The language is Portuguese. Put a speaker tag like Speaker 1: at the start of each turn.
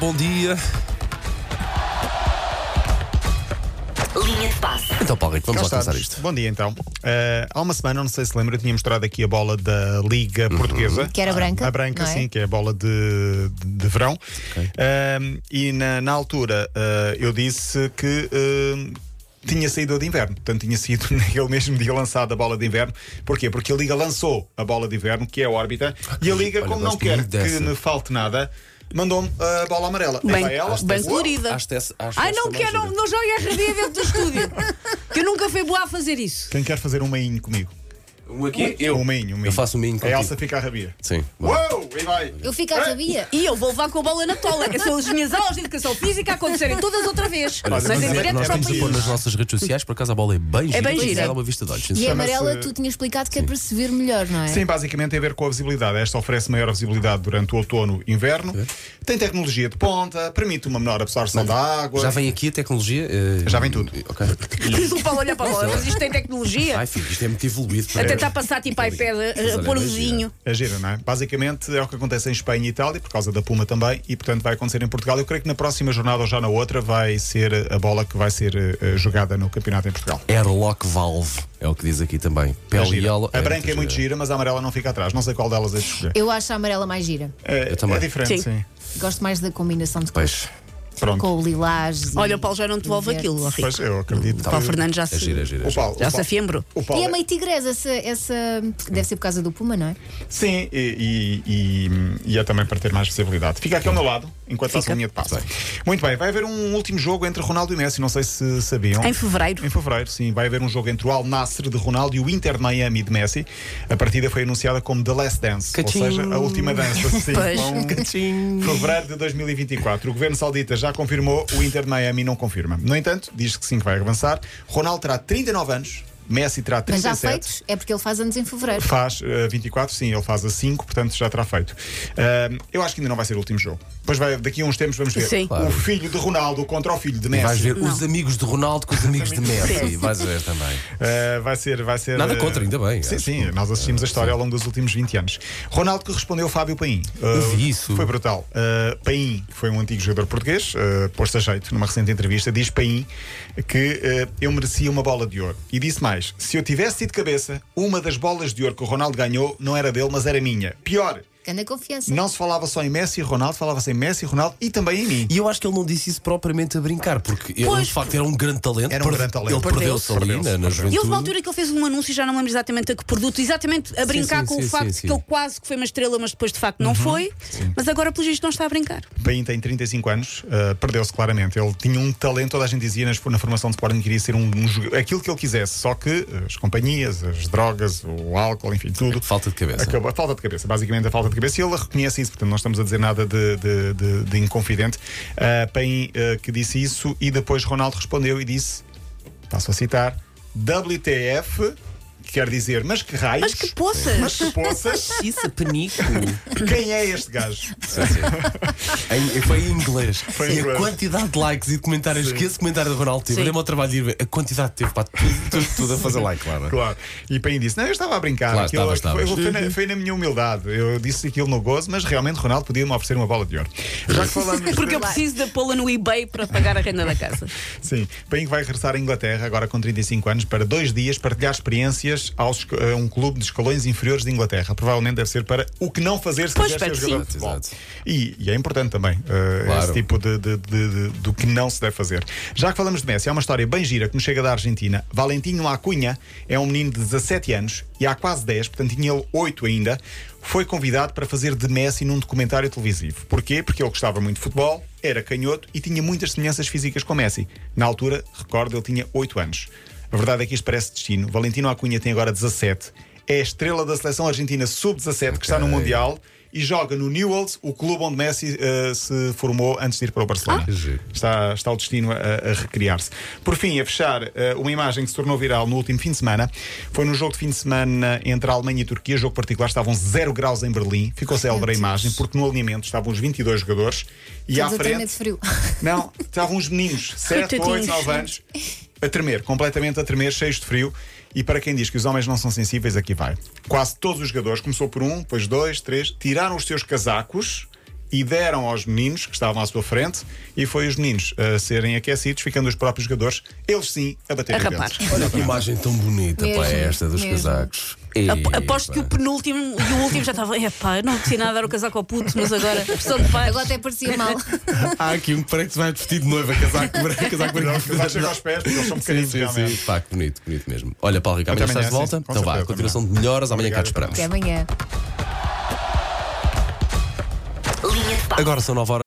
Speaker 1: Bom dia.
Speaker 2: Linha de passe.
Speaker 1: Então, Paulo Rico, vamos
Speaker 3: Cá
Speaker 1: lá
Speaker 3: estamos.
Speaker 1: começar isto.
Speaker 3: Bom dia então. Eh, há uma semana, não sei se lembra, eu tinha mostrado aqui a bola da Liga
Speaker 1: Uhum.
Speaker 3: Portuguesa.
Speaker 4: Que era branca,
Speaker 3: A branca,
Speaker 4: não é?
Speaker 3: sim, que é a bola de, de verão. Eh, e na, na altura eh, eu disse que. eh, tinha saído a de inverno, portanto tinha sido naquele mesmo dia lançada a bola de inverno. Porquê? Porque a Liga lançou a bola de inverno, que é a órbita, e a Liga,
Speaker 1: Olha,
Speaker 3: como não
Speaker 1: gosto
Speaker 3: quer
Speaker 1: muito
Speaker 3: que
Speaker 1: dessa.
Speaker 3: me falte nada, mandou-me a bola amarela. Aí
Speaker 5: Bem,
Speaker 3: vai ela.
Speaker 5: bem
Speaker 3: Uou!
Speaker 5: colorida.
Speaker 1: Acho essa- acho
Speaker 5: Ai,
Speaker 1: essa
Speaker 5: não
Speaker 1: mais
Speaker 5: quero, não,
Speaker 1: gira.
Speaker 5: não jogue a radia dentro do estúdio. que eu nunca fui boa a fazer isso.
Speaker 3: Quem quer fazer um meinho comigo?
Speaker 1: Um aqui, eu.
Speaker 3: Um meinho, um meinho.
Speaker 1: Eu faço um meinho
Speaker 3: A
Speaker 1: contigo.
Speaker 3: Elsa fica a rabia.
Speaker 1: Sim. bom.
Speaker 3: Uou! E vai!
Speaker 4: Eu fico à sabia.
Speaker 5: É, E eu vou levar com a bola na tola. que São as minhas aulas de educação física a acontecerem todas outra vez.
Speaker 1: Olha,
Speaker 5: Mas
Speaker 1: vamos
Speaker 5: em
Speaker 1: dizer,
Speaker 5: direto
Speaker 1: é nós
Speaker 5: para o
Speaker 1: temos a pôr
Speaker 5: país.
Speaker 1: nas nossas redes sociais, por acaso a bola é bem gira.
Speaker 5: bem
Speaker 1: tem que
Speaker 5: gira.
Speaker 1: dar uma vista de olhos. sim,
Speaker 4: E
Speaker 1: senhor.
Speaker 4: a amarela tu tinha explicado que é para se ver melhor, não é?
Speaker 3: Sim, basicamente tem a ver com a visibilidade. Esta oferece maior visibilidade durante o outono e inverno.
Speaker 1: É.
Speaker 3: Tem tecnologia de ponta, permite uma menor absorção da água.
Speaker 1: Já vem aqui a tecnologia? eh,
Speaker 3: Já vem tudo.
Speaker 1: Ok.
Speaker 5: Diz o Paulo olha para a bola. Mas isto tem tecnologia.
Speaker 1: Ai, filho, isto é muito evoluído.
Speaker 5: A tentar passar tipo iPad, a- a pôr o vizinho.
Speaker 3: É gira, não é? Basicamente é o que acontece em Espanha e Itália, por causa da Puma também, e portanto vai acontecer em Portugal. Eu creio que na próxima jornada ou já na outra vai ser a bola que vai ser eh, jogada no campeonato em Portugal.
Speaker 1: Airlock Valve, é o que diz aqui também.
Speaker 3: É
Speaker 1: Pele
Speaker 3: gira.
Speaker 1: e ela.
Speaker 3: a branca é muito gira, mas a amarela não fica atrás. Não sei qual delas é de escolher.
Speaker 4: Eu acho a amarela mais gira.
Speaker 3: É,
Speaker 1: eu também.
Speaker 3: é diferente,
Speaker 5: Sim.
Speaker 3: sim.
Speaker 4: Gosto mais da combinação de cores.
Speaker 1: Pois,
Speaker 3: Pronto.
Speaker 4: Com o lilás. e-
Speaker 5: Olha, o Paulo já não devolve
Speaker 4: Verde.
Speaker 5: aquilo, ó Rico.
Speaker 3: Pois eu acredito.
Speaker 5: O Paulo
Speaker 3: que-
Speaker 5: Fernandes já
Speaker 1: é
Speaker 5: se.
Speaker 1: gira, é gira. é
Speaker 3: O
Speaker 1: gira.
Speaker 3: Paulo,
Speaker 5: Já
Speaker 3: o
Speaker 5: se
Speaker 3: Paulo-
Speaker 5: afiembrou.
Speaker 3: o Paulo
Speaker 4: E é
Speaker 3: é-
Speaker 4: meio tigresa, essa, essa. Deve ser por causa do Puma, não é?
Speaker 3: Sim, e, e, e- e é também para ter mais visibilidade. Fica aqui ao meu lado, enquanto faço a linha de passo. Muito bem, vai haver um último jogo entre Ronaldo e Messi, não sei se sabiam.
Speaker 5: Em fevereiro.
Speaker 3: Em fevereiro, sim, vai haver um jogo entre o Al Nasser de Ronaldo e o Inter de Miami de Messi. A partida foi anunciada como The Last Dance,
Speaker 1: Cachim.
Speaker 3: ou seja, a última dança. Sim,
Speaker 5: Pois.
Speaker 3: com- Fevereiro de 2024. O governo saudita já confirmou, o Inter de Miami não confirma. No entanto, diz que sim que vai avançar. Ronaldo terá 39 anos, Messi terá
Speaker 4: Mas
Speaker 3: 37.
Speaker 4: já feitos? É porque ele faz anos em fevereiro.
Speaker 3: Faz eh, 24, sim, ele faz a 5, portanto já terá feito. Ahm, eu acho que ainda não vai ser o último jogo. Pois vai, daqui a uns tempos vamos ver.
Speaker 5: Sim.
Speaker 1: Claro.
Speaker 3: O filho de Ronaldo contra o filho de Messi.
Speaker 1: Vais ver
Speaker 5: Não.
Speaker 1: os amigos de Ronaldo com os amigos de Messi.
Speaker 5: Sim.
Speaker 1: Vais ver também.
Speaker 3: Eh, vai ser, vai ser.
Speaker 1: Nada
Speaker 3: eh,
Speaker 1: contra, ainda bem,
Speaker 3: Sim,
Speaker 1: acho é,
Speaker 3: sim, nós assistimos a história ao longo dos últimos 20 anos. Ronaldo que respondeu Fábio Paim. Eh,
Speaker 1: vi isso.
Speaker 3: Foi brutal. Eh, Paim, que foi um antigo jogador português, eh, posto a jeito numa recente entrevista, diz Paim que eh, eu merecia uma bola de ouro. E disse mais: se eu tivesse tido cabeça, uma das bolas de ouro que o Ronaldo ganhou não era dele, mas era minha. Pior.
Speaker 4: Grande confiança.
Speaker 3: Não se falava só em Messi e Ronaldo, falava-se em Messi, Ronaldo e também em mim.
Speaker 1: E eu acho que ele não disse isso propriamente a brincar, porque ele
Speaker 5: Pois.
Speaker 1: de facto era um grande talento.
Speaker 3: Era um
Speaker 1: perde-
Speaker 3: grande talento.
Speaker 1: Ele
Speaker 3: Perdeu-se,
Speaker 1: perdeu-se ali
Speaker 3: perdeu-se,
Speaker 1: na, na
Speaker 3: perdeu-se.
Speaker 1: juventude.
Speaker 5: E houve uma altura que ele fez um anúncio, já não lembro exatamente a que produto, exatamente a brincar
Speaker 1: sim,
Speaker 5: com
Speaker 1: sim,
Speaker 5: o facto
Speaker 1: sim,
Speaker 5: de
Speaker 1: sim. Uhum.
Speaker 5: que ele quase que foi uma estrela, mas depois de facto não foi. Mas agora, pelo visto, não está a brincar.
Speaker 3: Paim tem 35 anos, uh, perdeu-se claramente. Ele tinha um talento, toda a gente dizia nas- na formação de Sporting que queria ser um, um jogador, aquilo que ele quisesse, só que eh, as companhias, as drogas, o álcool, enfim, tudo.
Speaker 1: Falta de cabeça.
Speaker 3: Acabou, a falta de cabeça, basicamente a falta de cabeça. E ele reconhece isso, portanto, não estamos a dizer nada de, de, de- de inconfidente. Uh, Paim uh, que disse isso e depois Ronaldo respondeu e disse: passo a citar, WTF, que quer dizer, mas que raios.
Speaker 5: Mas que poças!
Speaker 3: mas que poças,
Speaker 1: Isso, penico.
Speaker 3: quem é este gajo?
Speaker 1: foi em inglês.
Speaker 3: Foi em
Speaker 1: e
Speaker 3: inglês.
Speaker 1: a quantidade de likes e de comentários que esse comentário do Ronaldo teve.
Speaker 5: Sim.
Speaker 1: Dei-me ao trabalho de ir ver a quantidade que teve para tudo, tudo, tudo a fazer like, claro.
Speaker 3: Claro. E Paim disse: Não, eu estava a brincar.
Speaker 1: Claro,
Speaker 3: aquilo,
Speaker 1: estavas,
Speaker 3: foi-
Speaker 1: estavas.
Speaker 3: Foi, na, foi na minha humildade. Eu disse aquilo no gozo, mas realmente Ronaldo podia-me oferecer uma bola de ouro. Já que falamos.
Speaker 5: Porque eu preciso da pô-la no eBay para pagar a renda da casa.
Speaker 3: Sim. Paim que vai regressar à Inglaterra, agora com 35 anos, para dois dias partilhar experiências aos esco- a um clube de escalões inferiores de Inglaterra. Provavelmente deve ser para o que não fazer se
Speaker 5: Pois,
Speaker 3: quiser ser
Speaker 5: espero que
Speaker 3: jogador
Speaker 5: sim.
Speaker 3: de futebol.
Speaker 1: Exato,
Speaker 3: E, e é importante também eh,
Speaker 1: Claro.
Speaker 3: esse tipo de, de- de- de- do que não se deve fazer. Já que falamos de Messi, há uma história bem gira que nos chega da Argentina. Valentinho Acunha é um menino de 17 anos e há quase 10, portanto tinha ele 8 ainda, foi convidado para fazer de Messi num documentário televisivo. Porquê? Porque ele gostava muito de futebol, era canhoto e tinha muitas semelhanças físicas com Messi. Na altura, recordo, ele tinha 8 anos. A verdade é que isto parece destino. Valentino Acunha tem agora 17 é a estrela da seleção argentina sub-17 que está no Mundial e joga no Newell's, o clube onde Messi eh, se formou antes de ir para o Barcelona.
Speaker 1: Ah, que giro.
Speaker 3: Está, está o destino a, a recriar-se. Por fim, a fechar eh, uma imagem que se tornou viral no último fim de semana. Foi no jogo de fim de semana entre a Alemanha e a Turquia, jogo particular, estavam 0 graus em Berlim. Ficou célebre a imagem, porque no alinhamento estavam os 22 jogadores e
Speaker 4: Estamos
Speaker 3: à
Speaker 4: a tremer
Speaker 3: frente.
Speaker 4: de frio.
Speaker 3: Não, estavam uns meninos, 7, 8,
Speaker 5: Coitadinhos.
Speaker 3: 9 anos, a tremer, completamente a tremer, cheios de frio. E para quem diz que os homens não são sensíveis, aqui vai. Quase todos os jogadores, começou por um, depois dois, três, tiraram os seus casacos e deram aos meninos que estavam à sua frente e foi os meninos a serem aquecidos, ficando os próprios jogadores, eles sim, a bater
Speaker 5: A
Speaker 3: no
Speaker 5: rapar.
Speaker 3: dedo.
Speaker 1: Olha que imagem tão bonita,
Speaker 4: Mesmo,
Speaker 1: pá, esta dos
Speaker 4: mesmo.
Speaker 1: casacos.
Speaker 5: Ap- Aposto que o
Speaker 1: Epa.
Speaker 5: penúltimo e o último já estava. Epá, eu não tinha nada a dar o casaco ao puto, mas agora, pressão de paz.
Speaker 4: Agora até parecia mal.
Speaker 1: Há aqui um que parece que vai vestido de noiva, casaco branco, casaco branco.
Speaker 3: Os jogadores chegam aos pés, porque eles são
Speaker 1: Sim,
Speaker 3: pequeninos
Speaker 1: sim,
Speaker 3: realmente.
Speaker 1: sim. Pá, que bonito, bonito mesmo. Olha, Paulo Ricardo,
Speaker 3: Até
Speaker 1: amanhã estás de
Speaker 3: amanhã,
Speaker 1: volta?
Speaker 3: sim, com
Speaker 1: então vá,
Speaker 3: certeza,
Speaker 1: continuação de melhoras, amanhã cá te
Speaker 3: Obrigado. então.
Speaker 1: esperamos.
Speaker 4: Até amanhã.
Speaker 2: Linha de passe.
Speaker 1: Agora são 9 horas.